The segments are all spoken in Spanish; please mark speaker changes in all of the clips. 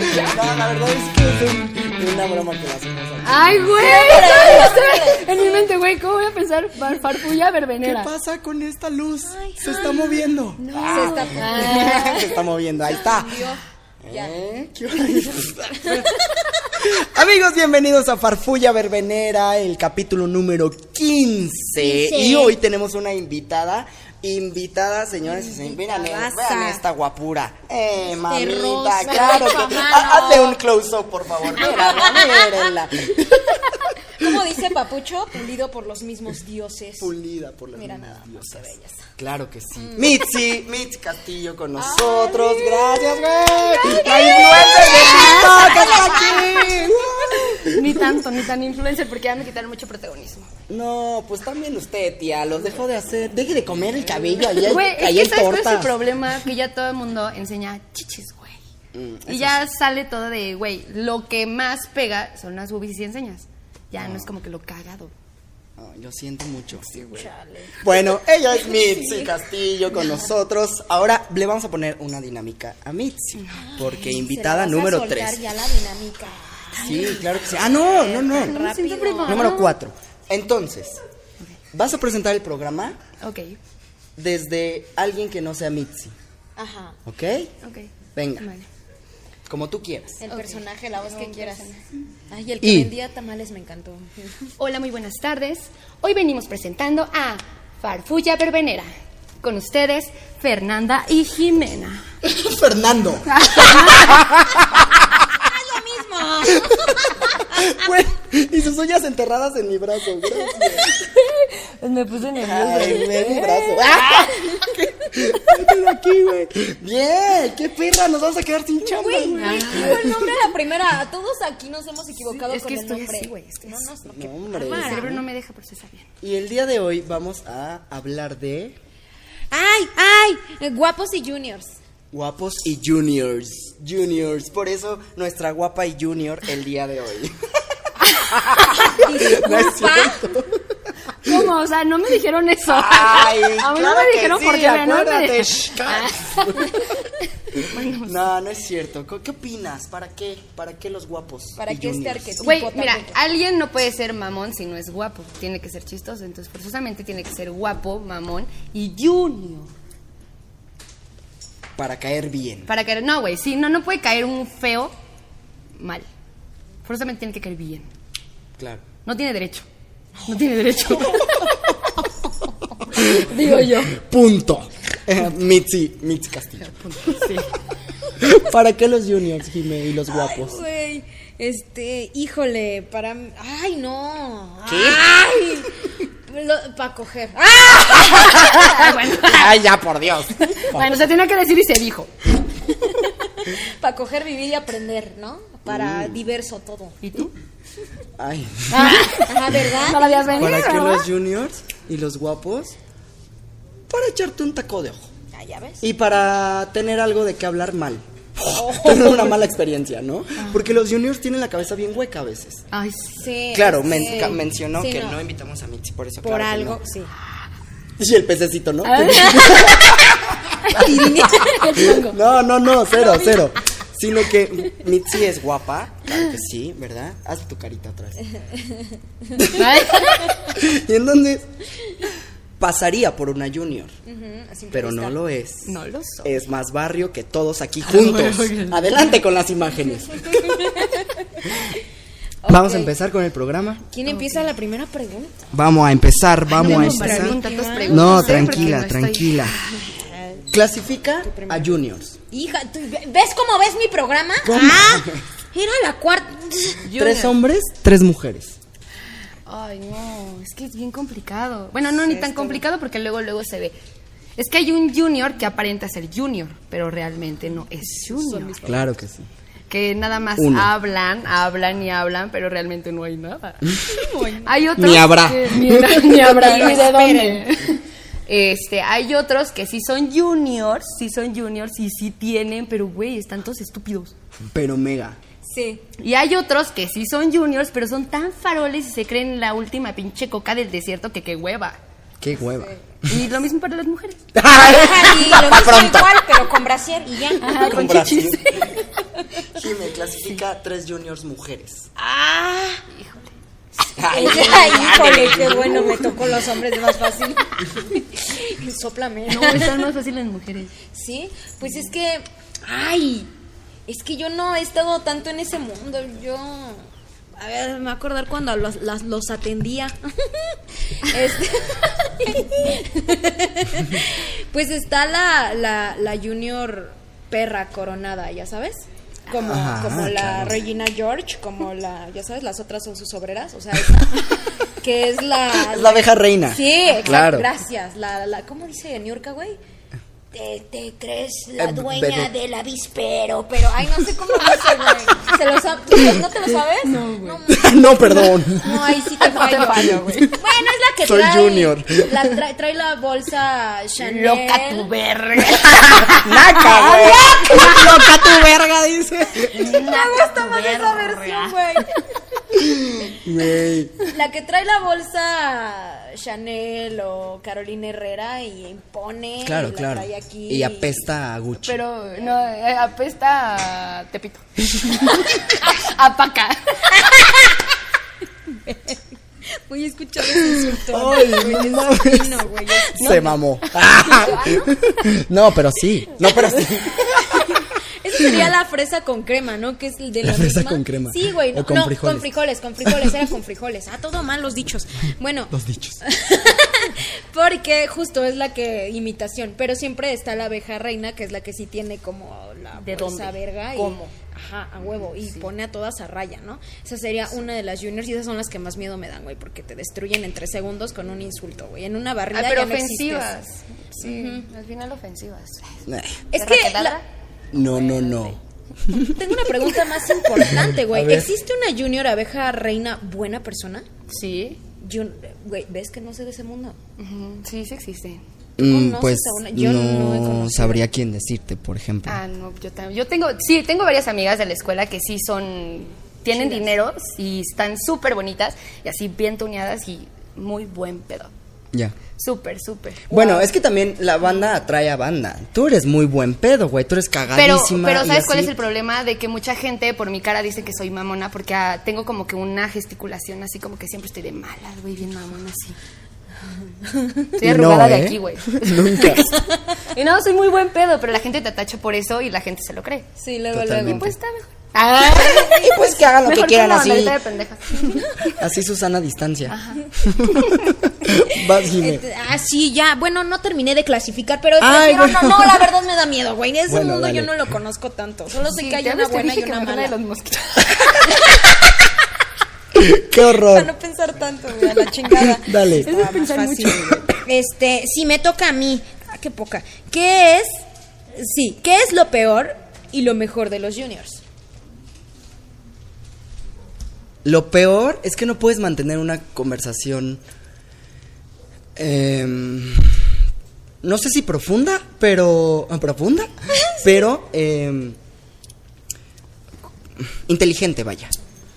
Speaker 1: la verdad es que es un- una broma que la hacemos aquí.
Speaker 2: Ay, güey. estoy- estoy En mi mente, güey, ¿cómo voy a pensar far- farfulla
Speaker 1: ¿Qué
Speaker 2: verbenera?
Speaker 1: pasa con esta luz? Se está moviendo.
Speaker 3: Se está
Speaker 1: Ah, Se está moviendo, ahí está.
Speaker 3: Ah. Ya.
Speaker 1: ¿Eh? ¿Qué hora es? Amigos, bienvenidos a Farfulla Verbenera, el capítulo número 15. Y hoy tenemos una invitada. Invitada, señores y señores. Miren,
Speaker 3: Invitadaza.
Speaker 1: vean esta guapura. Eh, mamita,
Speaker 3: Este rosa,
Speaker 1: claro.
Speaker 3: guapa,
Speaker 1: que-
Speaker 3: mano.
Speaker 1: ha- Hazle un close-up, por favor. Mírenla, mírenla.
Speaker 3: Como dice Papucho, pulido por los mismos dioses.
Speaker 1: Pulida por las
Speaker 3: Mira
Speaker 1: mismas
Speaker 3: nada más, qué
Speaker 1: diosas.
Speaker 3: belleza. Mm.
Speaker 1: Claro que sí. Mitzi, Mitzi Castillo con nosotros. Gracias, güey. La influencer de TikTok está aquí.
Speaker 2: Ni tanto, ni tan influencer, porque ya me quitaron mucho protagonismo.
Speaker 1: No, pues también usted, tía, los dejó de hacer. Deje de comer el cabello, ahí hay,
Speaker 2: Güey, es
Speaker 1: ahí
Speaker 2: que
Speaker 1: hay
Speaker 2: ¿sabes cuál es el
Speaker 1: tortas.
Speaker 2: problema? Que ya todo el mundo enseña chichis, güey.
Speaker 1: Mm,
Speaker 2: Y ya sale todo de, güey, lo que más pega son las boobies y enseñas. Ya no es como que lo cagado.
Speaker 1: Ah, yo siento mucho. Bueno, ella es Mitzi Castillo con nosotros. Ahora le vamos a poner una dinámica a Mitzi, porque invitada
Speaker 3: Se la vas a
Speaker 1: número
Speaker 3: soltar
Speaker 1: 3.
Speaker 3: Ya la dinámica.
Speaker 1: Sí, claro que sí. Ah, no, no, no.
Speaker 2: me siento preparada.
Speaker 1: Número 4. Entonces, vas a presentar el programa
Speaker 2: Ok,
Speaker 1: desde alguien que no sea Mitzi,
Speaker 3: Ajá.
Speaker 1: ¿ok?
Speaker 2: ok.
Speaker 1: Venga,
Speaker 2: Vale.
Speaker 1: como tú quieras.
Speaker 3: El personaje, la voz que quieras. Ay, el que
Speaker 1: Y-
Speaker 3: vendía tamales me encantó.
Speaker 2: Hola, muy buenas tardes. Hoy venimos presentando a Farfulla Verbenera. Con ustedes, Fernanda y Jimena.
Speaker 1: Fernando.
Speaker 3: Ah,
Speaker 1: Güey, y sus uñas enterradas en mi brazo. Gracias.
Speaker 3: Me puse nerviosa.
Speaker 1: Ay, ve mi brazo. ¡Ah! ¿Qué? Mételo aquí, güey. Bien, qué perra, nos vamos a quedar sin chamba.
Speaker 3: Güey,
Speaker 1: güey.
Speaker 3: güey, dijo el nombre a la primera. A Todos aquí nos hemos equivocado
Speaker 2: Es
Speaker 3: con
Speaker 2: que
Speaker 3: el
Speaker 2: estoy
Speaker 3: nombre.
Speaker 2: así, güey. Es que
Speaker 3: no,
Speaker 2: es-
Speaker 3: no, no.
Speaker 1: No, hombre.
Speaker 2: El cerebro no me deja procesar bien.
Speaker 1: Y el día de hoy vamos a hablar de
Speaker 3: Ay, ay, eh, guapos y juniors.
Speaker 1: guapos y juniors. Juniors, por eso nuestra guapa y junior el día de hoy. No es cierto.
Speaker 2: ¿Cómo? O sea, no me dijeron eso.
Speaker 1: Ay,
Speaker 2: Aún no
Speaker 1: claro
Speaker 2: me
Speaker 1: que
Speaker 2: dijeron Ah,
Speaker 1: sí,
Speaker 2: por qué. vean, no me
Speaker 1: acuérdate.
Speaker 2: dijeron.
Speaker 1: No, no es cierto. ¿Qué qué opinas? ¿Para qué? ¿Para qué los guapos?
Speaker 3: ¿Para
Speaker 1: y
Speaker 3: qué este
Speaker 1: juniors?
Speaker 3: arquetipo?
Speaker 2: Güey,
Speaker 3: tan
Speaker 2: mira,
Speaker 3: bonito?
Speaker 2: alguien no puede ser mamón si no es guapo. Tiene que ser chistoso. Entonces, forzosamente tiene que ser guapo, mamón y junior.
Speaker 1: Para caer bien.
Speaker 2: Para caer. No, güey, sí, no, no puede caer un feo mal. Forzosamente tiene que caer bien.
Speaker 1: Claro.
Speaker 2: No tiene derecho. No tiene derecho. Digo yo.
Speaker 1: Punto. Eh, Mitzi, Mitzi Castillo. ¿Para qué los juniors, Jimé, y los guapos?
Speaker 3: Güey, este, híjole, para... m- Ay, no.
Speaker 1: ¿Qué?
Speaker 3: Ay, para coger. ¡Ah!
Speaker 2: Ah, bueno.
Speaker 1: Ay, ya, por Dios.
Speaker 2: bueno, se tenía que decir y se dijo.
Speaker 3: Para coger, vivir y aprender, ¿no?
Speaker 1: Uh.
Speaker 3: Para diverso todo.
Speaker 2: ¿Y tú?
Speaker 1: Ay.
Speaker 3: Ajá, ¿verdad?
Speaker 2: No la habías venido,
Speaker 1: Ah, ¿Para qué
Speaker 2: ¿verdad?
Speaker 1: los juniors y los guapos? Para echarte un taco de ojo.
Speaker 3: Ah, ya ves.
Speaker 1: Y para tener algo de qué hablar mal. Tener una mala experiencia, ¿no?
Speaker 3: Ah.
Speaker 1: Porque los juniors tienen la cabeza bien hueca a veces.
Speaker 2: Ay, sí.
Speaker 3: Sí.
Speaker 1: Claro,
Speaker 3: Eh, sí.
Speaker 1: men- ca- mencionó
Speaker 3: Sí,
Speaker 1: que no. invitamos a Mitzi, por eso.
Speaker 3: Por
Speaker 1: claro que
Speaker 3: algo, Ah.
Speaker 1: no.
Speaker 3: sí.
Speaker 1: Y el pececito, ¿no?
Speaker 3: El chango.
Speaker 1: No, no, no, cero, cero. Sino que Mitzi es guapa, claro que sí, ¿verdad? Haz tu carita atrás.
Speaker 2: Ay.
Speaker 1: Y entonces pasaría por una junior,
Speaker 3: Ujú, a simple
Speaker 1: pero no
Speaker 3: vista.
Speaker 1: lo es.
Speaker 2: No lo soy.
Speaker 1: Es más barrio que todos aquí
Speaker 3: Ah,
Speaker 1: juntos. Adelante con las imágenes. Vamos a
Speaker 3: Ok.
Speaker 1: empezar con el programa.
Speaker 3: ¿Quién empieza la primera pregunta?
Speaker 1: Vamos a empezar, vamos a
Speaker 2: Tengo
Speaker 1: empezar.
Speaker 2: preguntas, tus preguntas,
Speaker 1: No,
Speaker 2: ¿eh? Porque no
Speaker 1: tranquila,
Speaker 2: estoy-
Speaker 1: tranquila. Clasifica a juniors.
Speaker 3: Hija, ¿tú ve- ¿ves cómo ves mi programa?
Speaker 1: ¿Cómo?
Speaker 3: Ah, era la cuarta.
Speaker 1: Tres hombres, tres mujeres.
Speaker 2: Ay, no, es que es bien complicado. Bueno, no ni tan complicado porque luego luego se ve. Es que hay un junior que aparenta ser junior, pero realmente no es junior.
Speaker 1: Claro que sí.
Speaker 2: Que nada más
Speaker 1: Uno.
Speaker 2: hablan, hablan y hablan, pero realmente no hay nada. hay otros
Speaker 1: Ni habrá.
Speaker 2: que- ni, ni habrá.
Speaker 3: Ni de dónde.
Speaker 2: Esperen. Este, hay otros que sí son juniors, sí son juniors y sí tienen, pero güey, están todos estúpidos.
Speaker 1: Pero mega.
Speaker 3: Sí.
Speaker 2: Y hay otros que sí son juniors, pero son tan faroles y se creen la última pinche coca del desierto que qué hueva.
Speaker 1: Qué hueva.
Speaker 2: Y lo mismo para las mujeres.
Speaker 3: Ajá, y lo
Speaker 1: Pa'
Speaker 3: mismo
Speaker 1: pronto.
Speaker 3: igual, pero con brasier y ya.
Speaker 2: Ajá, con
Speaker 1: Brasil.
Speaker 2: chichis.
Speaker 1: Jime, clasifica tres juniors mujeres.
Speaker 3: ¡Ah!
Speaker 2: Híjole.
Speaker 1: Ay,
Speaker 3: Ay, híjole, qué bueno, me tocó los hombres más fácil. Y Sóplame, ¿no?
Speaker 2: No, están más fáciles las mujeres.
Speaker 3: Sí, pues es que. ¡Ay! Es que yo no he estado tanto en ese mundo. Yo. A ver, me voy a acordar cuando los, las- los atendía. Este- pues está la, la, la Junior perra coronada, ¿ya sabes? Como,
Speaker 1: Ajá,
Speaker 3: como la
Speaker 1: claro.
Speaker 3: Regina George, como la. Ya sabes, las otras son sus obreras. O sea, esa, que es la.
Speaker 1: Es la abeja reina.
Speaker 3: Sí, exacto,
Speaker 1: Claro.
Speaker 3: gracias. La, la, ¿Cómo dice Niurka, güey? Te, te crees la
Speaker 1: Eh,
Speaker 3: dueña
Speaker 1: pero-
Speaker 3: del avispero, pero ay, no sé cómo dice, güey. ¿Se lo sa- ¿tú ¿No te lo sabes? No, no,
Speaker 1: no, perdón.
Speaker 3: no, ahí sí te fallo. güey. Bueno, es la que
Speaker 1: Soy
Speaker 3: trae.
Speaker 1: junior.
Speaker 3: La trae, trae la bolsa Chanel.
Speaker 2: Loca tu verga.
Speaker 1: Naca, güey. Loca tu verga, dice.
Speaker 3: Me gusta más esa versión, güey.
Speaker 1: Güey.
Speaker 3: La que trae la bolsa Chanel o Carolina Herrera y impone. y
Speaker 1: Claro,
Speaker 3: la
Speaker 1: claro.
Speaker 3: trae aquí.
Speaker 1: Y apesta a Gucci.
Speaker 2: Pero no, eh, apesta a Tepito. a Paca.
Speaker 3: Voy a escuchar ese insulto.
Speaker 1: Ay, no mames.
Speaker 3: No, güey.
Speaker 1: Se mamó. no, pero sí. No, pero sí.
Speaker 3: Esa sería la fresa con crema, ¿no? Que es de la,
Speaker 1: La fresa
Speaker 3: misma-
Speaker 1: con crema.
Speaker 3: Sí, güey.
Speaker 1: O
Speaker 3: No,
Speaker 1: con
Speaker 3: no,
Speaker 1: frijoles.
Speaker 3: con frijoles, con frijoles, era con frijoles. Ah, todo mal los dichos. Bueno,
Speaker 1: Los dichos.
Speaker 3: porque justo es la que imitación, pero siempre está la abeja reina, que es la que sí tiene como la
Speaker 2: ¿De
Speaker 3: bolsa
Speaker 2: dónde?
Speaker 3: verga y
Speaker 2: ¿Cómo?
Speaker 3: ajá, a huevo y pone a todas a raya, ¿no? Esa sería una de las juniors y esas son las que más miedo me dan, güey, porque te destruyen en tres segundos con un insulto, güey, en una barrida
Speaker 2: Ah, pero
Speaker 3: ya no existes.
Speaker 2: ofensivas. Sí, al final ofensivas.
Speaker 1: Eh.
Speaker 3: Es
Speaker 2: Perra
Speaker 3: que
Speaker 2: ladra.
Speaker 3: la-
Speaker 1: No, no, no.
Speaker 3: Tengo una pregunta más importante,
Speaker 1: A
Speaker 3: güey.
Speaker 1: ver.
Speaker 3: ¿Existe una junior abeja reina buena persona?
Speaker 2: Sí.
Speaker 3: Yo, güey, ¿ves que no sé de ese mundo?
Speaker 2: Ujú, Sí, sí existe.
Speaker 1: Mm,
Speaker 3: conoces
Speaker 1: pues
Speaker 3: a una? Yo no he
Speaker 1: no
Speaker 3: conocido.
Speaker 1: sabría quién decirte, por ejemplo.
Speaker 2: Ah, no, yo también. Yo tengo, sí, tengo varias amigas de la escuela que sí son, tienen dinero y están súper bonitas y así bien tuneadas y muy buen pedo.
Speaker 1: Ya.
Speaker 2: Súper, súper.
Speaker 1: Bueno, es que también la banda atrae a banda. Tú eres muy buen pedo, güey. Tú eres
Speaker 2: Pero,
Speaker 1: cagadísima.
Speaker 2: pero
Speaker 1: y
Speaker 2: ¿sabes cuál
Speaker 1: así.
Speaker 2: es el problema? De que mucha gente por mi cara dice que soy mamona porque ah, tengo como que una gesticulación así como que siempre estoy de malas, güey, bien mamona así. Estoy
Speaker 1: No,
Speaker 2: arrugada
Speaker 1: ¿eh?
Speaker 2: de aquí, güey.
Speaker 1: Nunca.
Speaker 2: Y no, soy muy buen pedo, pero la gente te atacha por eso y la gente se lo cree.
Speaker 3: Sí, luego,
Speaker 1: Totalmente.
Speaker 3: luego.
Speaker 2: Pues está mejor.
Speaker 1: y pues que hagan lo
Speaker 2: Mejor
Speaker 1: que quieran
Speaker 2: una
Speaker 1: así.
Speaker 2: banderita de pendejas.
Speaker 1: Así Susana a distancia. Vas, Jime.
Speaker 3: Este, ah, sí, ya. Bueno, no terminé de clasificar, pero
Speaker 1: Ay,
Speaker 3: prefiero- no,
Speaker 1: bueno.
Speaker 3: no, la verdad me da miedo, güey. Ese
Speaker 1: Bueno,
Speaker 3: mundo yo
Speaker 1: dale.
Speaker 3: no lo conozco tanto. Solo sé
Speaker 2: Sí,
Speaker 3: que hay
Speaker 2: ya
Speaker 3: una
Speaker 2: ves, te
Speaker 3: buena y
Speaker 2: dije que
Speaker 3: una
Speaker 2: me acuerdo de
Speaker 3: mala.
Speaker 2: los mosquitos.
Speaker 1: Qué
Speaker 3: Para
Speaker 1: horror.
Speaker 3: no pensar tanto, güey, a la chingada.
Speaker 1: Dale.
Speaker 3: Estaba más fácil, güey. Este, si me toca a mí. Ah, qué poca. ¿Qué es? Sí, ¿qué es lo peor y lo mejor de los juniors?
Speaker 1: Lo peor es que no puedes mantener una conversación. em, no sé si profunda, pero. ah, profunda, pero. em, inteligente, vaya.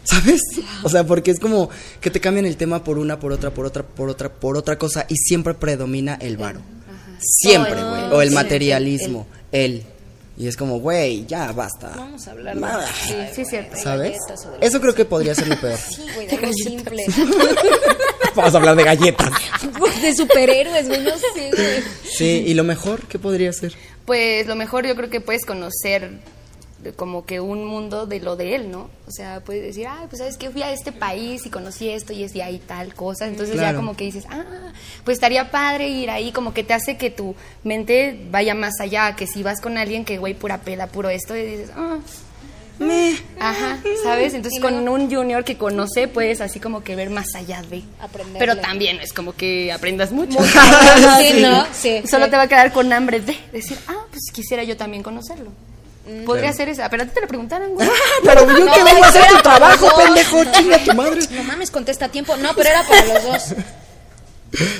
Speaker 1: ¿Sabes? O sea, porque es como que te cambian el tema por una, por otra, por otra, por otra, por otra cosa y siempre predomina el varo. Siempre,
Speaker 2: Todo
Speaker 1: güey.
Speaker 2: el-
Speaker 1: O el
Speaker 2: sí,
Speaker 1: materialismo, el. Y es como, güey, ya basta.
Speaker 3: Vamos a hablar de
Speaker 1: Nada.
Speaker 2: Sí, sí, es cierto.
Speaker 1: ¿Sabes?
Speaker 3: galletas o de
Speaker 1: Eso creo que podría ser lo peor.
Speaker 3: Sí, güey, de algo simple.
Speaker 1: Vamos a hablar de galletas.
Speaker 3: Güey, de superhéroes, güey, no sé, güey.
Speaker 1: Sí, y lo mejor, ¿qué podría ser?
Speaker 2: Pues lo mejor yo creo que puedes conocer de como que un mundo de lo de él, ¿no? O sea, puedes decir, ay, pues sabes que fui a este país y conocí esto y es de ahí tal cosa. Entonces ya
Speaker 1: Claro.
Speaker 2: como que dices, ah, pues estaría padre ir ahí, como que te hace que tu mente vaya más allá, que si vas con alguien que, güey, pura peda, puro esto, y dices, ah, Ajá, ¿sabes? Entonces con un junior que conoce puedes así como que ver más allá de...
Speaker 3: Aprenderle.
Speaker 2: Pero también es como que aprendas mucho.
Speaker 3: Sí, ¿no? Sí.
Speaker 2: Solo
Speaker 3: sí.
Speaker 2: te va a quedar con hambre de decir, ah, pues quisiera yo también conocerlo. Podría
Speaker 1: Claro.
Speaker 2: ser esa, pero a ti te lo preguntaron, güey.
Speaker 1: Ah, Pero yo
Speaker 3: No, vengo a hacer tu espera, trabajo, no. pendejo,
Speaker 1: chinga tu madre.
Speaker 3: No mames, contesta a tiempo. No, pero era para los dos.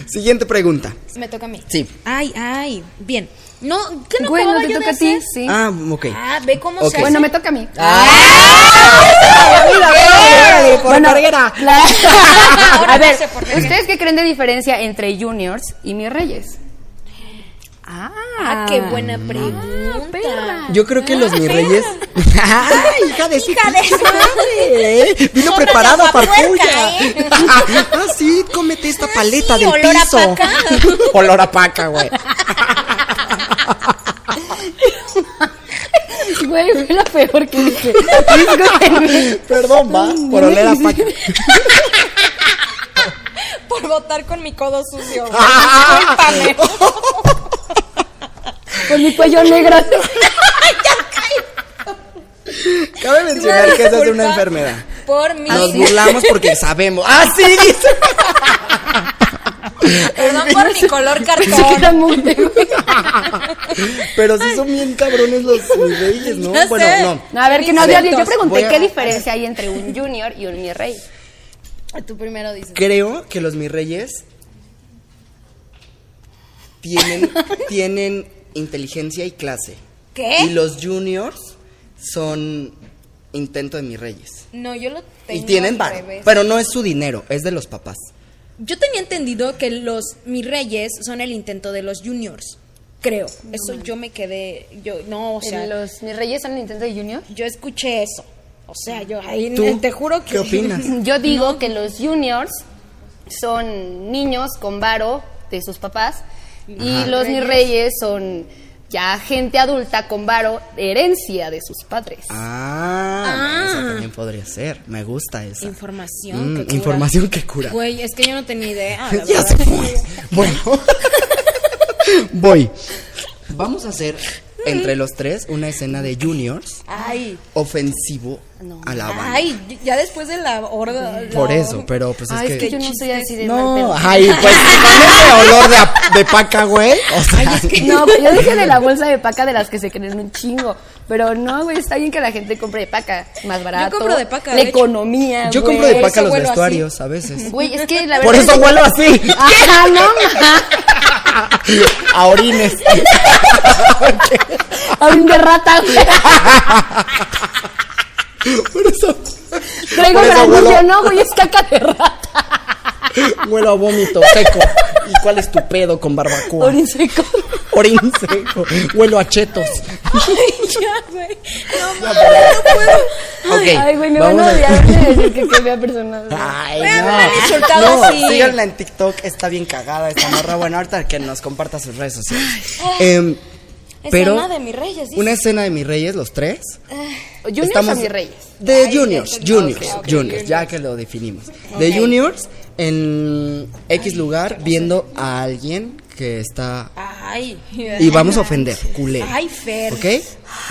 Speaker 1: Siguiente pregunta.
Speaker 3: Me toca a mí.
Speaker 1: Sí.
Speaker 3: Ay, ay. Bien. No, ¿qué no
Speaker 2: Güey, no
Speaker 3: acababa
Speaker 2: te
Speaker 3: yo
Speaker 2: toca a
Speaker 3: de
Speaker 2: ti,
Speaker 3: hacer?
Speaker 2: sí.
Speaker 1: Ah, ok.
Speaker 3: Ah, ve cómo
Speaker 1: Ok.
Speaker 3: se hace.
Speaker 2: Bueno, me toca a mí.
Speaker 1: Bueno,
Speaker 2: La-
Speaker 3: Ahora
Speaker 2: a ver,
Speaker 3: no sé por qué.
Speaker 2: ¿ustedes qué creen de diferencia entre juniors y mis reyes? Ah,
Speaker 3: Ah, qué buena pregunta.
Speaker 2: perra.
Speaker 1: Yo creo que
Speaker 3: Ah,
Speaker 1: los mis reyes. ¡Ay, hija de su pinche madre! ¿eh? Vino
Speaker 3: Son
Speaker 1: preparado
Speaker 3: una
Speaker 1: parpulla.
Speaker 3: guapuerca, ¿eh? Ah,
Speaker 1: ah, sí, cómete esta paleta
Speaker 3: sí,
Speaker 1: del
Speaker 3: olor a
Speaker 1: piso.
Speaker 3: paca.
Speaker 1: olor a paca, güey.
Speaker 2: Güey, fue la peor que dije. Discúlpenme.
Speaker 1: Perdón, va, por oler a paca.
Speaker 3: Por votar con mi codo sucio.
Speaker 1: Ah,
Speaker 2: Con mi cuello negro.
Speaker 1: cabe mencionar que esa es una
Speaker 3: Disculpa
Speaker 1: enfermedad.
Speaker 3: Por mi.
Speaker 1: Nos burlamos porque sabemos. ¡Ah, sí! Dice.
Speaker 3: Perdón por mi color
Speaker 2: Pensé que era
Speaker 3: cartón.
Speaker 2: monte, güey.
Speaker 1: Pero sí son bien cabrones los mis reyes, ¿no?
Speaker 3: Ya
Speaker 1: Bueno,
Speaker 3: sé.
Speaker 1: no.
Speaker 2: No, a ver, que no había. Yo
Speaker 3: Insectos.
Speaker 1: Voy
Speaker 2: pregunté
Speaker 1: a-
Speaker 2: qué diferencia hay entre un junior y un mi rey. Tú primero dices.
Speaker 1: Creo que los mis reyes tienen, tienen inteligencia y clase.
Speaker 3: ¿Qué?
Speaker 1: Y los juniors son intento de mis reyes.
Speaker 3: No, yo lo tengo.
Speaker 1: Y tienen
Speaker 3: al
Speaker 1: varo,
Speaker 3: revés.
Speaker 1: pero no es su dinero, es de los papás.
Speaker 3: Yo tenía entendido que los mis reyes son el intento de los juniors. Creo. Eso yo me quedé. Yo, no, o sea.
Speaker 2: ¿Los mis reyes son el intento de junior?
Speaker 3: Yo escuché eso. O sea, yo ahí
Speaker 1: ¿Tú
Speaker 3: te juro que.
Speaker 1: qué opinas?
Speaker 2: Yo digo que los juniors son niños con varo de sus papás y los mis reyes son ya gente adulta con varo herencia de sus padres.
Speaker 1: Ah, esa también podría ser. Me gusta esa.
Speaker 3: Información.
Speaker 1: Mm,
Speaker 3: que cura.
Speaker 1: información que cura.
Speaker 3: Güey, es que yo no tenía idea. la
Speaker 1: ya
Speaker 3: verdad.
Speaker 1: se fue. Bueno, voy. Vamos a hacer entre los tres una escena de juniors
Speaker 3: Ay.
Speaker 1: ofensivo
Speaker 2: No.
Speaker 1: a la banda.
Speaker 3: Ay, ya después de la horda. la-
Speaker 1: Por eso, pero pues
Speaker 2: Ay,
Speaker 1: es, que.
Speaker 2: yo no soy así de mal
Speaker 1: No,
Speaker 2: pedo.
Speaker 1: ay, pues ese olor de, a- de paca, güey. O sea,
Speaker 2: No, pero yo dije de la bolsa de paca de las que se creen un chingo. Pero no, güey, está bien que la gente compre de paca, más barato.
Speaker 3: compro de paca,
Speaker 2: La
Speaker 3: de hecho.
Speaker 2: economía.
Speaker 1: yo
Speaker 2: güey.
Speaker 1: compro de
Speaker 3: por
Speaker 1: paca
Speaker 3: eso
Speaker 1: los
Speaker 3: huelo así.
Speaker 1: vestuarios a veces.
Speaker 2: Güey, es que la verdad.
Speaker 1: Por eso
Speaker 2: es-
Speaker 1: huelo así,
Speaker 2: Ajá, no, ma.
Speaker 1: a orines.
Speaker 2: Aún de rata, güey.
Speaker 1: Por eso
Speaker 2: Traigo
Speaker 1: Por eso
Speaker 2: granullo,
Speaker 1: huelo-
Speaker 2: no, güey, es caca de rata.
Speaker 1: huelo a vómito seco. ¿Y cuál es tu pedo con barbacoa?
Speaker 2: Orin seco.
Speaker 1: Orín seco. Huelo a chetos.
Speaker 3: Ay, ya, güey. No, mames, no puedo.
Speaker 1: Ok,
Speaker 2: Ay, güey, me
Speaker 1: vamos
Speaker 2: van a
Speaker 1: a-
Speaker 2: odiar de decir que cambia personas. güey.
Speaker 1: Ay,
Speaker 3: Pero
Speaker 1: no.
Speaker 3: me han insultado
Speaker 1: no,
Speaker 3: así.
Speaker 1: síganla en TikTok, está bien cagada esta morra. Bueno, ahorita que nos comparta sus redes sociales. Em, pero
Speaker 3: Escena de mis reyes, dice.
Speaker 1: una escena de mis reyes, los tres.
Speaker 2: Juniors
Speaker 1: estamos
Speaker 2: o mis reyes.
Speaker 1: De juniors,
Speaker 3: ya, ya,
Speaker 1: juniors,
Speaker 3: ok, ok,
Speaker 1: juniors, ya que lo definimos. De juniors en X lugar viendo a alguien que está
Speaker 3: Ay.
Speaker 1: y vamos a ofender, culé.
Speaker 3: Ay, Fer.
Speaker 1: ¿Ok?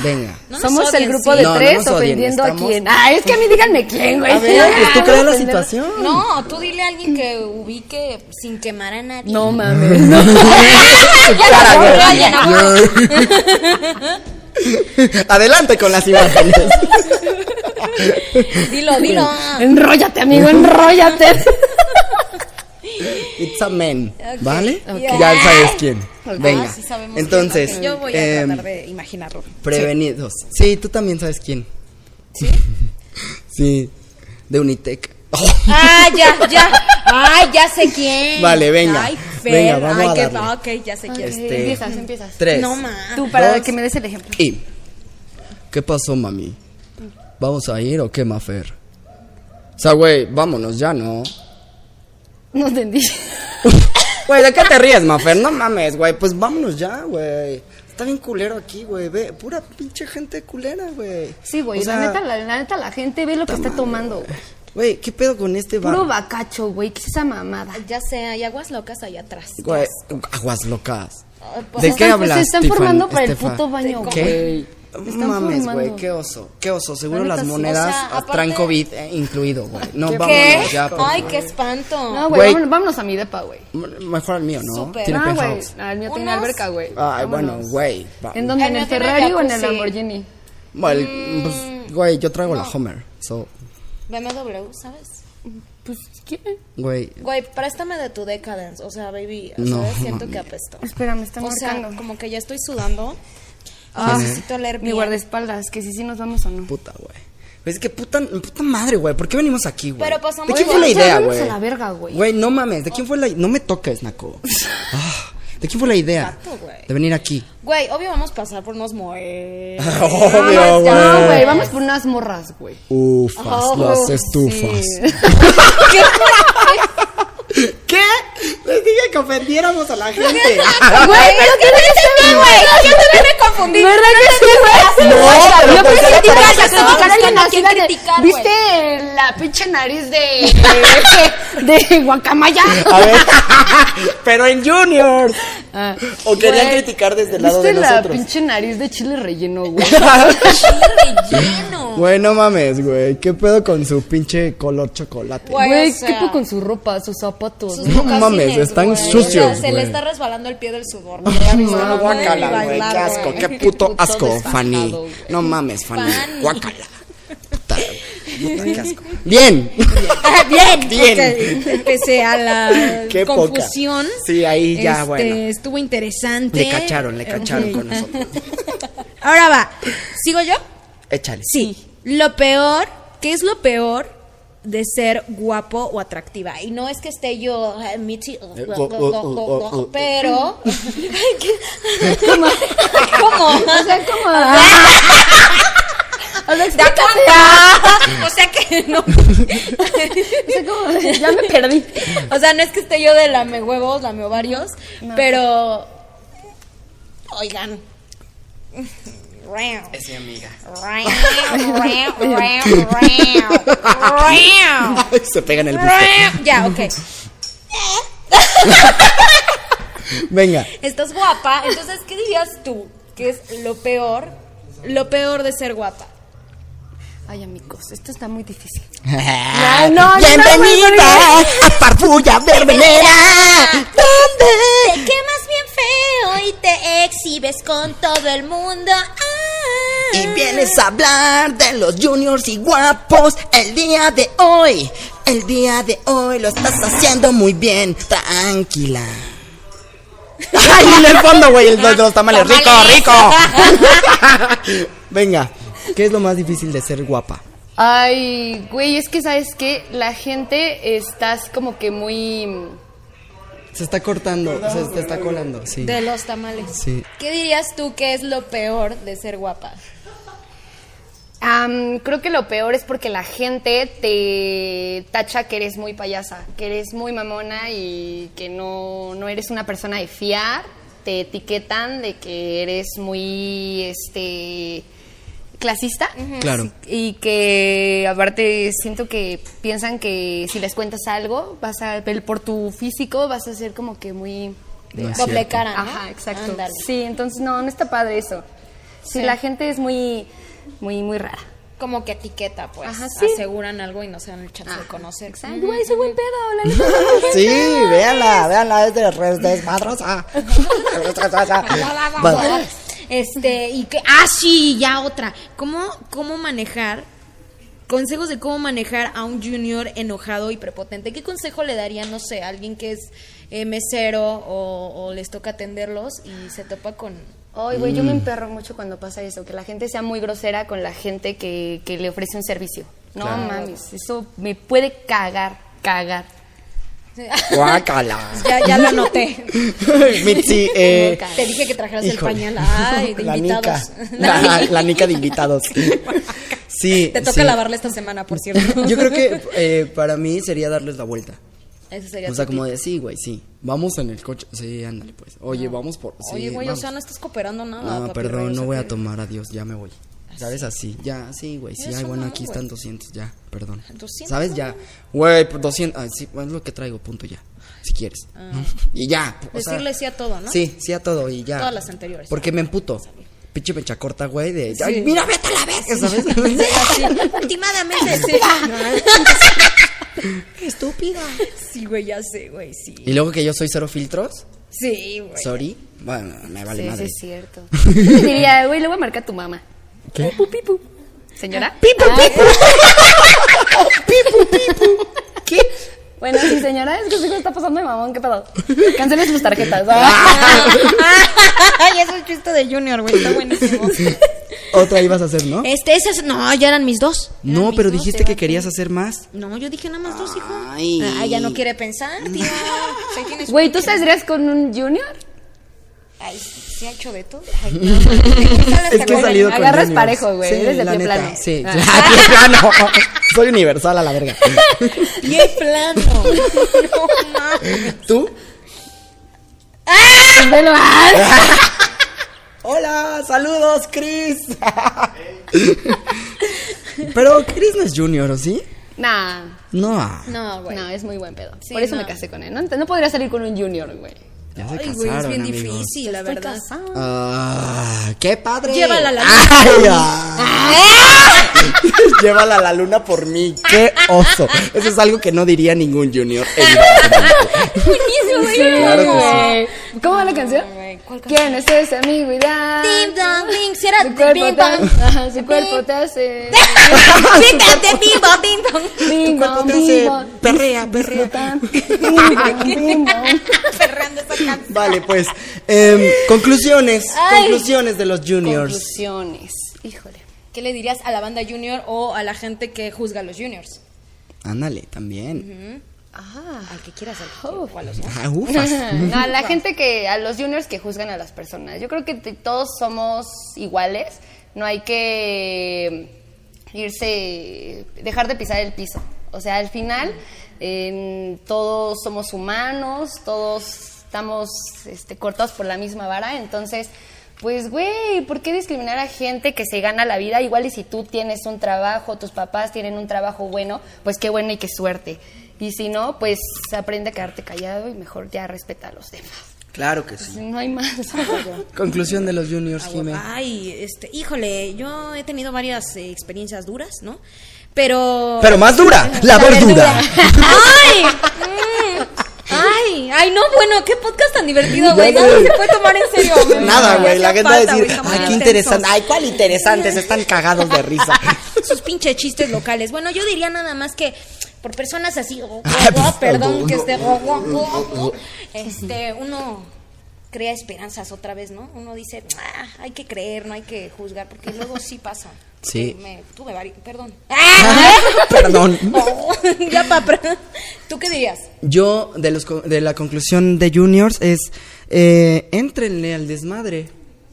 Speaker 1: Venga.
Speaker 3: No nos
Speaker 2: Somos el
Speaker 3: odien,
Speaker 2: grupo
Speaker 3: sí.
Speaker 2: de
Speaker 1: No, no
Speaker 2: tres
Speaker 1: nos odien,
Speaker 2: ofendiendo
Speaker 1: estamos-
Speaker 2: a quién. Ay, es que a mí díganme quién, güey.
Speaker 1: A ver, pues tú
Speaker 2: Ah,
Speaker 1: creas la
Speaker 2: ofender-
Speaker 1: situación.
Speaker 3: No, tú dile a alguien que ubique sin quemar a nadie.
Speaker 2: No mames. No.
Speaker 3: Ya, ya, ya.
Speaker 1: Adelante con las imágenes.
Speaker 3: Dilo, dilo.
Speaker 2: Enróllate, amigo, enróllate.
Speaker 1: It's a man,
Speaker 3: Ok.
Speaker 1: ¿vale?
Speaker 3: Ok.
Speaker 1: Ya sabes quién. Venga.
Speaker 3: Ah, sí sabemos quién.
Speaker 1: Entonces,
Speaker 3: Ok, yo voy a
Speaker 1: em,
Speaker 3: tratar de imaginarlo.
Speaker 1: Prevenidos. Sí. tú también sabes quién. ¿Sí? sí, de Unitec.
Speaker 3: Ah, ya, ya. Ay, ya sé quién.
Speaker 1: Vale, venga.
Speaker 3: Ay, Fer.
Speaker 1: Venga, vamos
Speaker 3: Ay,
Speaker 1: a
Speaker 3: qué
Speaker 1: darle.
Speaker 3: va, Ok, ya sé quién.
Speaker 1: Este-
Speaker 2: Empiezas, empiezas.
Speaker 1: Tres.
Speaker 3: No más.
Speaker 2: Tú, para
Speaker 1: Dos.
Speaker 2: que me des el ejemplo.
Speaker 1: Y, ¿qué pasó, mami? ¿Vamos a ir o qué, Mafer? O sea, güey, vámonos ya, ¿no?
Speaker 2: No entendí.
Speaker 1: Güey, ¿de qué te ríes, Mafer? No mames, güey. Pues vámonos ya, güey. Está bien culero aquí, güey. Ve, pura pinche gente culera, güey.
Speaker 2: Sí, güey,
Speaker 1: O sea,
Speaker 2: la, neta, la, la neta, la gente ve lo que está tomando. güey.
Speaker 1: Güey, ¿qué pedo con este bar?
Speaker 2: Puro bacacho, güey, ¿qué es esa mamada?
Speaker 3: Ya sé, hay aguas locas allá atrás.
Speaker 1: Güey, aguas locas.
Speaker 3: Ay, pues,
Speaker 1: ¿De
Speaker 2: se
Speaker 1: qué
Speaker 2: están-
Speaker 1: hablas?
Speaker 2: se están
Speaker 1: Tifan,
Speaker 2: formando para el
Speaker 1: Estefa?
Speaker 2: puto baño, güey.
Speaker 1: ¿Qué?
Speaker 2: Me están
Speaker 1: Mames, güey,
Speaker 2: formando.
Speaker 1: qué oso, qué oso. Seguro
Speaker 2: La
Speaker 1: las
Speaker 2: neta, sí.
Speaker 1: monedas
Speaker 3: O sea,
Speaker 1: ah,
Speaker 3: aparte-
Speaker 1: traen COVID eh, incluido, güey. No,
Speaker 3: ¿Qué?
Speaker 1: vámonos ya. por
Speaker 3: Ay,
Speaker 1: favor.
Speaker 3: qué espanto.
Speaker 2: No, güey,
Speaker 1: Güey.
Speaker 2: vámonos, vámonos a mi depa, güey.
Speaker 1: M- Mejor al mío, ¿no?
Speaker 3: Súper.
Speaker 1: Tiene
Speaker 2: No, Ah, güey,
Speaker 1: penthouse.
Speaker 2: no, el mío tiene
Speaker 3: Unos-
Speaker 2: alberca, güey.
Speaker 1: Ay, bueno,
Speaker 2: Vámonos.
Speaker 1: güey. va.
Speaker 2: ¿En dónde?
Speaker 3: El
Speaker 2: ¿En
Speaker 3: mío
Speaker 2: el
Speaker 3: tiene
Speaker 2: Ferrari o en el
Speaker 3: jacuzzi.
Speaker 2: Lamborghini?
Speaker 1: Bueno,
Speaker 2: Mm.
Speaker 1: pues, güey, yo traigo la Homer. So,
Speaker 3: BMW, ¿sabes?
Speaker 2: Pues, ¿qué?
Speaker 1: güey,
Speaker 3: Güey, préstame de tu Decadence. O sea, baby,
Speaker 1: No,
Speaker 3: ¿sabes? Siento
Speaker 1: mami.
Speaker 3: que apestó.
Speaker 2: Espera, me están
Speaker 3: O sea,
Speaker 2: marcando.
Speaker 3: como que ya estoy sudando.
Speaker 2: Ah.
Speaker 3: necesito leer
Speaker 2: Mi
Speaker 3: bien.
Speaker 2: guardaespaldas, que si sí nos vamos o no.
Speaker 1: puta, güey. Es que puta, puta madre, güey. ¿Por qué venimos aquí, güey?
Speaker 3: Pero pasamos
Speaker 1: ¿De quién
Speaker 3: de-
Speaker 1: fue la
Speaker 3: o sea,
Speaker 1: idea,
Speaker 2: vámonos
Speaker 1: güey?
Speaker 2: a la verga, güey.
Speaker 1: Güey, no mames. ¿De quién fue la No me toques, Naco. Ah, ¿De quién fue la idea? De venir aquí.
Speaker 3: Güey, obvio vamos a pasar por unos moe.
Speaker 1: Obvio, güey.
Speaker 2: No, güey, vamos por unas morras, güey.
Speaker 1: Ufas,
Speaker 3: Oh,
Speaker 1: las
Speaker 3: sí.
Speaker 1: estufas. ¿Qué? Les dije que ofendiéramos a la gente.
Speaker 2: Güey, pero ¿qué me dices, güey?
Speaker 3: ¿Qué te viene confundir?
Speaker 2: ¿Verdad que sí, güey?
Speaker 1: No, pero
Speaker 2: yo
Speaker 1: pues,
Speaker 2: criticar,
Speaker 3: para
Speaker 2: a
Speaker 3: eso estamos
Speaker 2: criticar a alguien
Speaker 3: buscando a
Speaker 2: así
Speaker 3: quién
Speaker 2: de-
Speaker 3: criticar, güey.
Speaker 2: ¿Viste la pinche nariz de, de, de guacamaya?
Speaker 1: A ver. Pero en Juniors.
Speaker 2: Ah,
Speaker 1: O querían
Speaker 2: güey,
Speaker 1: criticar desde el lado
Speaker 2: ¿Viste
Speaker 1: de
Speaker 2: la
Speaker 1: nosotros?
Speaker 2: pinche nariz de chile relleno, güey?
Speaker 3: Relleno.
Speaker 1: Güey, no mames, güey. ¿Qué pedo con su pinche color chocolate?
Speaker 3: Güey,
Speaker 2: Güey,
Speaker 3: o sea,
Speaker 2: ¿qué fue con su ropa, sus zapatos?
Speaker 3: sus
Speaker 2: güey?
Speaker 1: No
Speaker 3: mocasines,
Speaker 1: mames, están
Speaker 3: güey.
Speaker 1: sucios,
Speaker 3: O sea, se le
Speaker 1: güey.
Speaker 3: está resbalando el pie del sudor. No, Ya viste,
Speaker 1: No,
Speaker 3: no puede ni
Speaker 1: guácala, güey, qué
Speaker 3: bailar,
Speaker 1: asco,
Speaker 3: güey.
Speaker 1: qué puto
Speaker 2: Puto
Speaker 1: asco,
Speaker 2: desfajado,
Speaker 1: Fanny.
Speaker 2: güey.
Speaker 1: No mames, Fanny,
Speaker 3: Fanny.
Speaker 1: guácala. Puta, puta, qué asco. Bien.
Speaker 3: Bien,
Speaker 1: Bien.
Speaker 3: porque Pese a la
Speaker 1: Qué poca.
Speaker 3: confusión.
Speaker 1: Sí, ahí ya,
Speaker 3: este,
Speaker 1: bueno.
Speaker 3: Estuvo interesante.
Speaker 1: Le cacharon, le cacharon con nosotros.
Speaker 3: Ahora va. ¿Sigo yo?
Speaker 1: Échale.
Speaker 3: Sí. Lo peor, ¿qué es lo peor de ser guapo o atractiva? Y no es que esté yo, ah, Mitzi, oh,
Speaker 1: Eh,
Speaker 3: go, go, go, go,
Speaker 1: oh, oh, oh.
Speaker 3: go, pero. ¿Cómo? ¿Cómo?
Speaker 2: O sea, como... Ah. O sea,
Speaker 3: Da
Speaker 2: explícate.
Speaker 3: cuenta. O sea que no.
Speaker 2: O sea, como- Ya me perdí.
Speaker 3: O sea, no es que esté yo de lame huevos, lame ovarios, pero. Oigan.
Speaker 1: Es mi amiga. Ay, se pega en el busto.
Speaker 3: Ya, ok.
Speaker 1: Venga.
Speaker 3: Estás guapa, entonces, ¿qué dirías tú? ¿Qué es lo peor? Lo peor de ser guapa.
Speaker 2: Ay, amigos, esto está muy difícil.
Speaker 1: No,
Speaker 2: no, no, güey,
Speaker 1: Bienvenida a Farfulla Verbenera.
Speaker 3: Te quemas bien feo y te exhibes con todo el mundo. Ah.
Speaker 1: Y vienes a hablar de los juniors y guapos el día de hoy. El día de hoy lo estás haciendo muy bien. Tranquila. Ay, en el fondo, güey, el de los tamales. Rico, rico. Venga, ¿qué es lo más difícil de ser guapa?
Speaker 2: Ay, güey, es que sabes que la gente estás como que muy.
Speaker 1: Se está cortando, se te está colando, sí.
Speaker 3: De los tamales.
Speaker 1: Sí.
Speaker 3: ¿Qué dirías tú que es lo peor de ser guapa?
Speaker 2: am, creo que lo peor es porque la gente te tacha que eres muy payasa, que eres muy mamona y que no, no eres una persona de fiar. Te etiquetan de que eres muy este clasista.
Speaker 1: Claro.
Speaker 2: Y que aparte siento que piensan que si les cuentas algo, vas a ver por tu físico, vas a ser como que muy
Speaker 1: No es
Speaker 3: Doble
Speaker 1: cierto.
Speaker 3: cara, Ah, ¿no?
Speaker 2: Ajá, exacto.
Speaker 3: Ándale.
Speaker 2: Sí, entonces no, no está padre eso. Sí, la gente es muy, muy, muy rara.
Speaker 3: Como que etiqueta, pues.
Speaker 2: Ajá, sí.
Speaker 3: Aseguran algo y no se dan el chance de conocer.
Speaker 2: Exacto. Güey, ese buen pedo, la neta.
Speaker 1: Sí, véanla, véanla, es de res desmadrosa. Va.
Speaker 3: Este, y que. Ah, sí, ya otra. ¿Cómo, ¿Cómo manejar? Consejos de cómo manejar a un junior enojado y prepotente. ¿Qué consejo le daría, no sé, a alguien que es eh, mesero o, o les toca atenderlos y se topa con.
Speaker 2: Ay, güey, yo me
Speaker 1: Mm.
Speaker 2: emperro mucho cuando pasa eso, que la gente sea muy grosera con la gente que, que le ofrece un servicio. No
Speaker 1: Claro.
Speaker 2: mames, eso me puede cagar, cagar.
Speaker 1: Guácala.
Speaker 3: Ya, ya lo anoté.
Speaker 1: Mitzi, eh,
Speaker 3: Te dije que trajeras el
Speaker 1: híjole.
Speaker 3: pañal. Ay, de
Speaker 1: la nica.
Speaker 3: invitados.
Speaker 1: La, la nica de invitados. Sí.
Speaker 3: eh, Te toca
Speaker 1: sí.
Speaker 3: lavarla esta semana, por cierto.
Speaker 1: Yo creo que eh, para mí sería darles la vuelta.
Speaker 3: Ese sería
Speaker 1: O sea,
Speaker 3: tu
Speaker 1: como
Speaker 3: tip.
Speaker 1: de, sí, güey, sí. Vamos en el coche. Sí, ándale, pues. Oye, vamos por. Sí,
Speaker 3: Oye, güey, o
Speaker 1: vamos.
Speaker 3: sea, no estás cooperando nada.
Speaker 1: Ah,
Speaker 3: papi
Speaker 1: perdón,
Speaker 3: Reyes,
Speaker 1: no
Speaker 3: ¿o
Speaker 1: voy a
Speaker 3: qué?
Speaker 1: tomar, adiós, ya me voy. ¿Sabes? Así, ya, sí, güey, sí,
Speaker 3: Eso
Speaker 1: ay, bueno,
Speaker 3: no,
Speaker 1: aquí
Speaker 3: güey.
Speaker 1: están 200, ya, perdón.
Speaker 3: 200,
Speaker 1: ¿Sabes? Ya, güey, pues, 200, ay, sí, es lo que traigo, punto, ya, si quieres. ¿no? Y ya. o sea,
Speaker 3: Decirle sí a todo, Ah. ¿no?
Speaker 1: Sí, sí a todo y ya.
Speaker 3: Todas las anteriores.
Speaker 1: Porque me emputo. Pinche mecha corta, güey, de, ay, mira, vete a la verga, ¿sabes? Sí.
Speaker 3: Últimamente, sí.
Speaker 1: Estúpida.
Speaker 3: Sí, güey, ya sé, güey, sí.
Speaker 1: Y luego que yo soy cero filtros,
Speaker 3: Sí, güey.
Speaker 1: sorry, bueno, me vale
Speaker 2: sí, sí,
Speaker 1: madre.
Speaker 2: es cierto. Yo diría, güey, le voy a marcar a tu mamá.
Speaker 1: ¿Qué?
Speaker 2: Señora. Ah. Pipu, pipu. pipu, pipu. ¿Qué? Bueno, sí, señora, es que sí me está pasando de mamón, ¿qué pedo? Cancele sus tarjetas.
Speaker 3: Ay, eso es chiste de Junior, güey, está buenísimo.
Speaker 1: Otra ibas a hacer, ¿no?
Speaker 3: Este, esas, no, ya eran mis dos.
Speaker 1: No, pero dijiste que querías hacer más.
Speaker 3: No, yo dije nada más dos, hijo. Ah,
Speaker 1: Ay.
Speaker 3: Ay, ya no quiere pensar, tía. O sea, ¿quién es-
Speaker 2: Güey, ¿tú saldrías con un junior? Ay, ¿se ha hecho de todo? Ay, no. es
Speaker 1: que he salido con
Speaker 2: Agarras
Speaker 1: Johnny
Speaker 2: parejo,
Speaker 1: Depp.
Speaker 2: güey.
Speaker 1: Sí,
Speaker 2: eres de
Speaker 1: la
Speaker 2: pie
Speaker 1: neta,
Speaker 2: plano.
Speaker 1: Sí,
Speaker 2: Ah.
Speaker 1: Ah, pie plano. Soy universal a la verga.
Speaker 3: Pie plano. no mames.
Speaker 1: ¿Tú?
Speaker 2: Velo, ah.
Speaker 1: Hola, saludos, Chris. Pero Chris no es junior, ¿o sí?
Speaker 2: Nah.
Speaker 1: No. Ah,
Speaker 3: No, güey.
Speaker 2: No, es muy buen pedo.
Speaker 3: Sí,
Speaker 2: Por eso
Speaker 3: no.
Speaker 2: me casé con él. No, no podría salir con un junior, güey.
Speaker 1: Ya se
Speaker 3: Ay, güey, es
Speaker 1: casaron,
Speaker 3: bien
Speaker 1: amigos.
Speaker 3: difícil, la
Speaker 2: Estoy
Speaker 3: verdad.
Speaker 2: casada.
Speaker 1: Ah, qué padre.
Speaker 3: Llévala a la
Speaker 1: Ay, ah. Llévala a la luna por mí. Qué oso. Eso es algo que no diría ningún junior. evidentemente.
Speaker 2: Buenísimo, güey.
Speaker 1: claro que sí.
Speaker 2: güey. ¿Cómo va la canción? ¿Quién es ese amigo ideal?
Speaker 3: Ding dong, ding, será
Speaker 2: Su cuerpo
Speaker 3: ding
Speaker 2: te
Speaker 3: dong.
Speaker 2: hace. Ajá, su cuerpo te hace.
Speaker 3: Fíjate, ding dong, ding dong.
Speaker 1: Tu
Speaker 2: Ding
Speaker 1: cuerpo
Speaker 2: dong,
Speaker 1: te
Speaker 2: ding
Speaker 1: hace
Speaker 2: dong.
Speaker 1: perrea, perrea.
Speaker 2: Tan, ding dong, ding dong.
Speaker 3: Ferrando esa canción.
Speaker 1: Vale, pues. em, conclusiones.
Speaker 3: Ay.
Speaker 1: Conclusiones de los juniors.
Speaker 2: Conclusiones. Híjole.
Speaker 3: ¿Qué le dirías a la banda junior o a la gente que juzga a los juniors?
Speaker 1: Ándale, también.
Speaker 2: Ah.
Speaker 3: Al que quieras, al que quieras, o a los
Speaker 1: Ah, ufas.
Speaker 2: No, a la gente que, a los juniors que juzgan a las personas. Yo creo que t- todos somos iguales. No hay que irse, dejar de pisar el piso. O sea, al final em, todos somos humanos, todos estamos este, cortados por la misma vara. Entonces, pues, güey, ¿por qué discriminar a gente que se gana la vida? Igual y si tú tienes un trabajo, tus papás tienen un trabajo bueno, pues qué bueno y qué suerte. Y si no, pues aprende a quedarte callado y mejor ya respeta a los demás.
Speaker 1: Claro que sí.
Speaker 2: No hay más.
Speaker 1: Conclusión de los juniors,
Speaker 3: Ah,
Speaker 1: Jimé.
Speaker 3: Ay, este, híjole, yo he tenido varias eh, experiencias duras, ¿no? Pero.
Speaker 1: Pero más dura, la verdura.
Speaker 3: ¡Ay! Mm. ¡Ay! ¡Ay, no! Bueno, qué podcast tan divertido, güey.
Speaker 1: Ya
Speaker 3: No
Speaker 1: sé.
Speaker 3: se puede tomar en serio. güey.
Speaker 1: Nada,
Speaker 3: Ya
Speaker 1: güey. La
Speaker 3: hacía
Speaker 1: gente va a
Speaker 3: falta,
Speaker 1: decir,
Speaker 3: güey, estamos
Speaker 1: ay,
Speaker 3: bien
Speaker 1: qué
Speaker 3: tensos.
Speaker 1: interesante. Ay, cuál interesantes. Están cagados de risa.
Speaker 3: Sus pinches chistes locales. Bueno, yo diría nada más que por personas así, oh, oh,
Speaker 1: Ah, pues,
Speaker 3: oh, perdón
Speaker 1: no,
Speaker 3: que
Speaker 1: no,
Speaker 3: esté, oh, oh, oh, oh, este, uno crea esperanzas otra vez, ¿no? Uno dice, "Ah, hay que creer, no hay que juzgar, porque luego sí pasa.
Speaker 1: Sí.
Speaker 3: Me, tuve vari- perdón. ¡Ah!
Speaker 1: Perdón.
Speaker 3: Oh, ya, papá. ¿Tú qué dirías?
Speaker 1: Yo, de, los, co- de la conclusión de Juniors, es: eh, éntrenle al desmadre.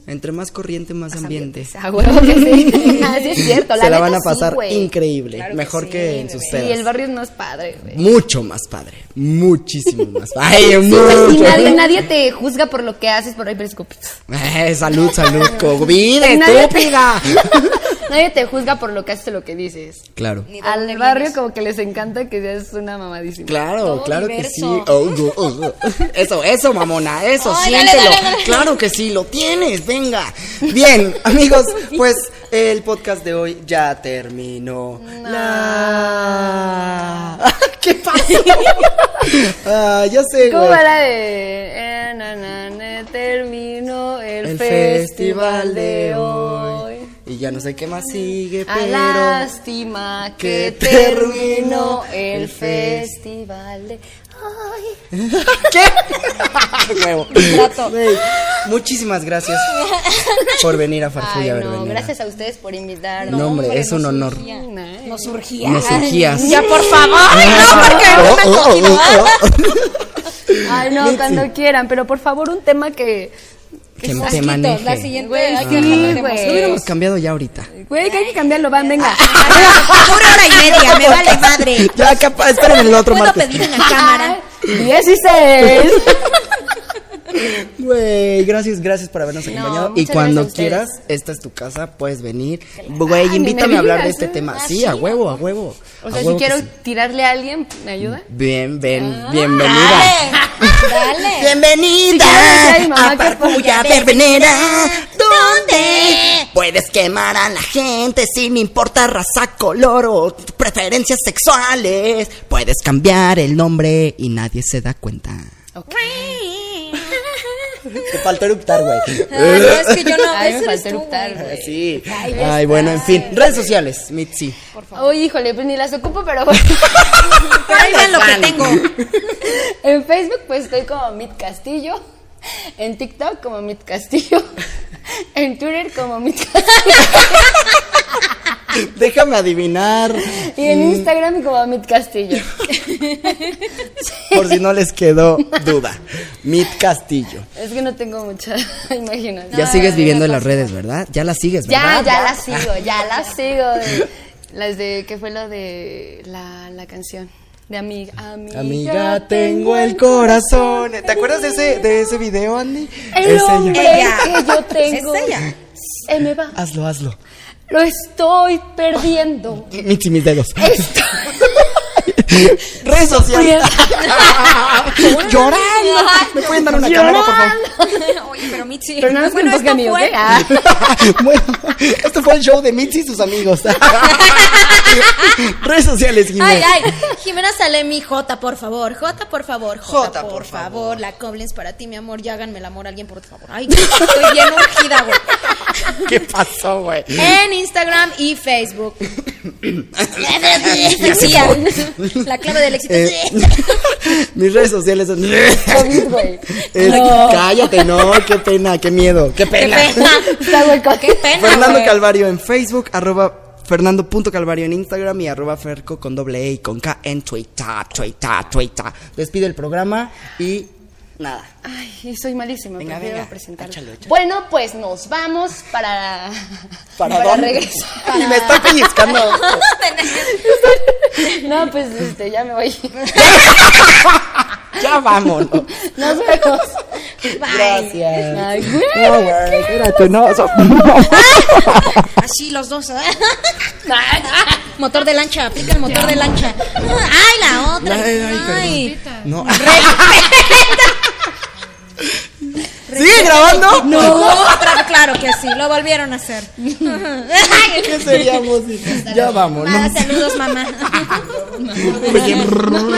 Speaker 1: Entre más corriente, más, ambiente.
Speaker 2: A Ah, huevo que sí. Así es cierto.
Speaker 1: Se la
Speaker 2: neta
Speaker 1: van a
Speaker 2: sí,
Speaker 1: pasar
Speaker 2: güey.
Speaker 1: increíble.
Speaker 3: Claro que
Speaker 1: mejor que,
Speaker 3: sí,
Speaker 1: en sus
Speaker 2: Sí,
Speaker 1: pedas.
Speaker 2: el barrio no es padre, güey.
Speaker 1: Mucho más padre. Muchísimo más padre. Ay, mucho.
Speaker 2: Pues, Y nadie, nadie te juzga por lo que haces por ahí, pero es como, pff,
Speaker 1: Eh, salud, salud. COVID,
Speaker 2: Nadie te-
Speaker 1: estúpida.
Speaker 2: nadie te juzga por lo que haces o lo que dices.
Speaker 1: Claro.
Speaker 3: Ni de
Speaker 2: Al
Speaker 3: dónde
Speaker 2: barrio
Speaker 3: vienes.
Speaker 2: como que les encanta que seas una mamadísima.
Speaker 1: Claro,
Speaker 3: Todo
Speaker 1: claro que
Speaker 3: diverso.
Speaker 1: sí. Oh, oh, oh, oh. Eso, eso, mamona, eso,
Speaker 3: Ay, dale,
Speaker 1: siéntelo.
Speaker 3: dale, dale.
Speaker 1: Claro que sí, lo tienes, venga. Bien, amigos, pues el podcast de hoy ya terminó. La- ¿Qué pasa? Ah, ya sé,
Speaker 2: ¿Cómo
Speaker 1: güey.
Speaker 2: va la de eh, na, na, na, terminó el,
Speaker 1: El
Speaker 2: festival de hoy?
Speaker 1: Y ya no sé qué más sigue,
Speaker 2: A
Speaker 1: pero.
Speaker 2: lástima que
Speaker 1: que terminó
Speaker 2: terminó
Speaker 1: el
Speaker 2: el
Speaker 1: fest-
Speaker 2: festival de hoy.
Speaker 1: ¿Qué? ¡Ah, Huevo.
Speaker 3: Trato.
Speaker 1: Güey, Muchísimas gracias por venir a
Speaker 2: Ay,
Speaker 1: Farfulla
Speaker 2: no,
Speaker 1: Verbenera.
Speaker 2: gracias a ustedes por invitarnos.
Speaker 1: No, hombre,
Speaker 3: Hombre,
Speaker 1: es un
Speaker 3: nos
Speaker 1: honor.
Speaker 3: surgía.
Speaker 2: Ay,
Speaker 3: Nos surgía.
Speaker 1: Nos surgías.
Speaker 3: Ya, por favor. Ay, no, porque
Speaker 1: Oh,
Speaker 3: me
Speaker 1: oh,
Speaker 3: cogido.
Speaker 1: oh, oh.
Speaker 2: Ay, no, cuando quieran, pero por favor, un tema que.
Speaker 1: Que
Speaker 3: Mosquitos,
Speaker 1: te maneje.
Speaker 3: La siguiente.
Speaker 2: Güey,
Speaker 3: hay
Speaker 2: sí,
Speaker 3: que hablar de
Speaker 2: güey.
Speaker 1: Lo hubiéramos cambiado ya ahorita.
Speaker 2: Güey, que hay que cambiarlo, van, venga.
Speaker 3: mosquitos. Una hora y media, me vale madre.
Speaker 1: Ya, capaz, espérenme el otro
Speaker 3: Puedo
Speaker 1: martes.
Speaker 3: pedir en la cámara.
Speaker 2: 16.
Speaker 1: Güey, gracias, gracias por habernos acompañado. y
Speaker 2: muchas gracias a
Speaker 1: cuando
Speaker 2: ustedes.
Speaker 1: quieras, esta es tu casa, puedes venir. Güey,
Speaker 2: ni
Speaker 1: invítame
Speaker 2: me
Speaker 1: a hablar de
Speaker 2: digas,
Speaker 1: este
Speaker 2: eh.
Speaker 1: tema.
Speaker 2: Ah,
Speaker 1: Sí, a huevo, a huevo.
Speaker 2: O
Speaker 1: a
Speaker 2: sea, si
Speaker 1: huevo que
Speaker 2: quiero Ah,
Speaker 1: sí.
Speaker 2: tirarle a alguien, ¿me ayuda?
Speaker 1: Bien, ven, bienvenida.
Speaker 3: Dale.
Speaker 1: Bienvenida
Speaker 2: decirle a mi mamá
Speaker 1: a
Speaker 2: que
Speaker 1: Farfulla Verbenera, donde puedes quemar a la gente sin importar raza, color o preferencias sexuales. Puedes cambiar el nombre y nadie se da cuenta. Te faltó eruptar, güey.
Speaker 3: Ay, no, es que yo no,
Speaker 2: Ay, me
Speaker 3: ese eres
Speaker 2: faltó
Speaker 3: tú,
Speaker 2: eructar,
Speaker 3: güey.
Speaker 2: güey.
Speaker 1: Sí. Ay, bueno, en fin. Redes sociales, Mitzi.
Speaker 2: Oye, híjole, pues ni las ocupo, pero bueno.
Speaker 3: Pero ahí vean lo que tengo.
Speaker 2: en Facebook, pues estoy como Mit Castillo. En TikTok, como Mit Castillo. En Twitter, como Mit Castillo.
Speaker 1: Déjame adivinar.
Speaker 2: Y
Speaker 1: Mm.
Speaker 2: en Instagram como Amit Castillo.
Speaker 1: Por si no les quedó duda. Mit Castillo.
Speaker 2: Es que no tengo mucha imaginación.
Speaker 1: Ya sigues viviendo en las redes, ¿verdad? Ya las sigues,
Speaker 2: Ya,
Speaker 1: ¿verdad?
Speaker 2: ya la sigo, ya la sigo. de- las de, ¿qué fue lo de la, la canción? De amiga, amiga.
Speaker 1: Amiga, tengo el corazón. ¿Te acuerdas de ese, de ese video, Andy?
Speaker 2: El
Speaker 1: Es ella.
Speaker 2: hombre
Speaker 3: Ella.
Speaker 2: que yo tengo.
Speaker 3: Es ella.
Speaker 2: Se me va.
Speaker 1: Hazlo, hazlo.
Speaker 2: Lo estoy perdiendo.
Speaker 1: Mitzi, mis dedos.
Speaker 2: Estoy
Speaker 1: Redes sociales. Llorando.
Speaker 3: Ay,
Speaker 1: ¿Me pueden dar una cámara, por favor?
Speaker 3: Oye, pero Michi.
Speaker 2: Pero nada más
Speaker 3: bueno,
Speaker 2: con poca
Speaker 3: esto
Speaker 2: mío,
Speaker 3: fue-
Speaker 2: ¿qué? Ah.
Speaker 1: bueno, este fue el show de Mitzi y sus amigos. Redes sociales,
Speaker 3: Ay,
Speaker 1: Jimena.
Speaker 3: ay, Jimena Salemi, J, por favor, J, por favor, J,
Speaker 1: Jota,
Speaker 3: por,
Speaker 1: por
Speaker 3: favor.
Speaker 1: favor.
Speaker 3: la Koblenz para ti, mi amor, ya háganme el amor a alguien, por favor. Ay, estoy bien urgida, güey.
Speaker 1: ¿Qué pasó, güey?
Speaker 3: En Instagram y Facebook. Sí, la clave del éxito.
Speaker 1: Eh, mis redes sociales son.
Speaker 2: COVID, güey.
Speaker 1: Es-
Speaker 3: No.
Speaker 1: Cállate, no, qué pena, qué miedo, qué
Speaker 3: Qué
Speaker 1: pena.
Speaker 3: pena.
Speaker 2: Está hueco.
Speaker 3: Qué pena.
Speaker 1: Fernando
Speaker 3: güey.
Speaker 1: Calvario en Facebook, arroba fernando.calvario en Instagram y arroba ferco con doble E y con K en Twitter, Twitter, Twitter. Despide el programa y nada.
Speaker 2: Ay, soy malísima,
Speaker 1: Venga,
Speaker 2: prefiero
Speaker 1: venga,
Speaker 2: presentarlo.
Speaker 1: échalo, échalo.
Speaker 2: Bueno, pues nos vamos para
Speaker 1: ¿Para dónde?
Speaker 2: regresar.
Speaker 1: Y me está pellizcando.
Speaker 2: No, pues este, ya me voy.
Speaker 1: ya vámonos.
Speaker 2: Nos vemos.
Speaker 1: Gracias.
Speaker 2: Ay, güey.
Speaker 1: No, güey, espérate, no. so-
Speaker 3: Así los dos. ¿eh? Motor de lancha, aplica el motor de lancha. Ay, la otra.
Speaker 1: Ay, ay,
Speaker 3: Ay.
Speaker 1: No. ¿Sigue grabando?
Speaker 3: No, pero claro que sí, lo volvieron a hacer.
Speaker 1: ¿Qué seríamos? Ya vámonos.
Speaker 3: Ah, saludos, mamá.
Speaker 1: Oye,
Speaker 2: Nada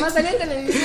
Speaker 2: más salió en televisión.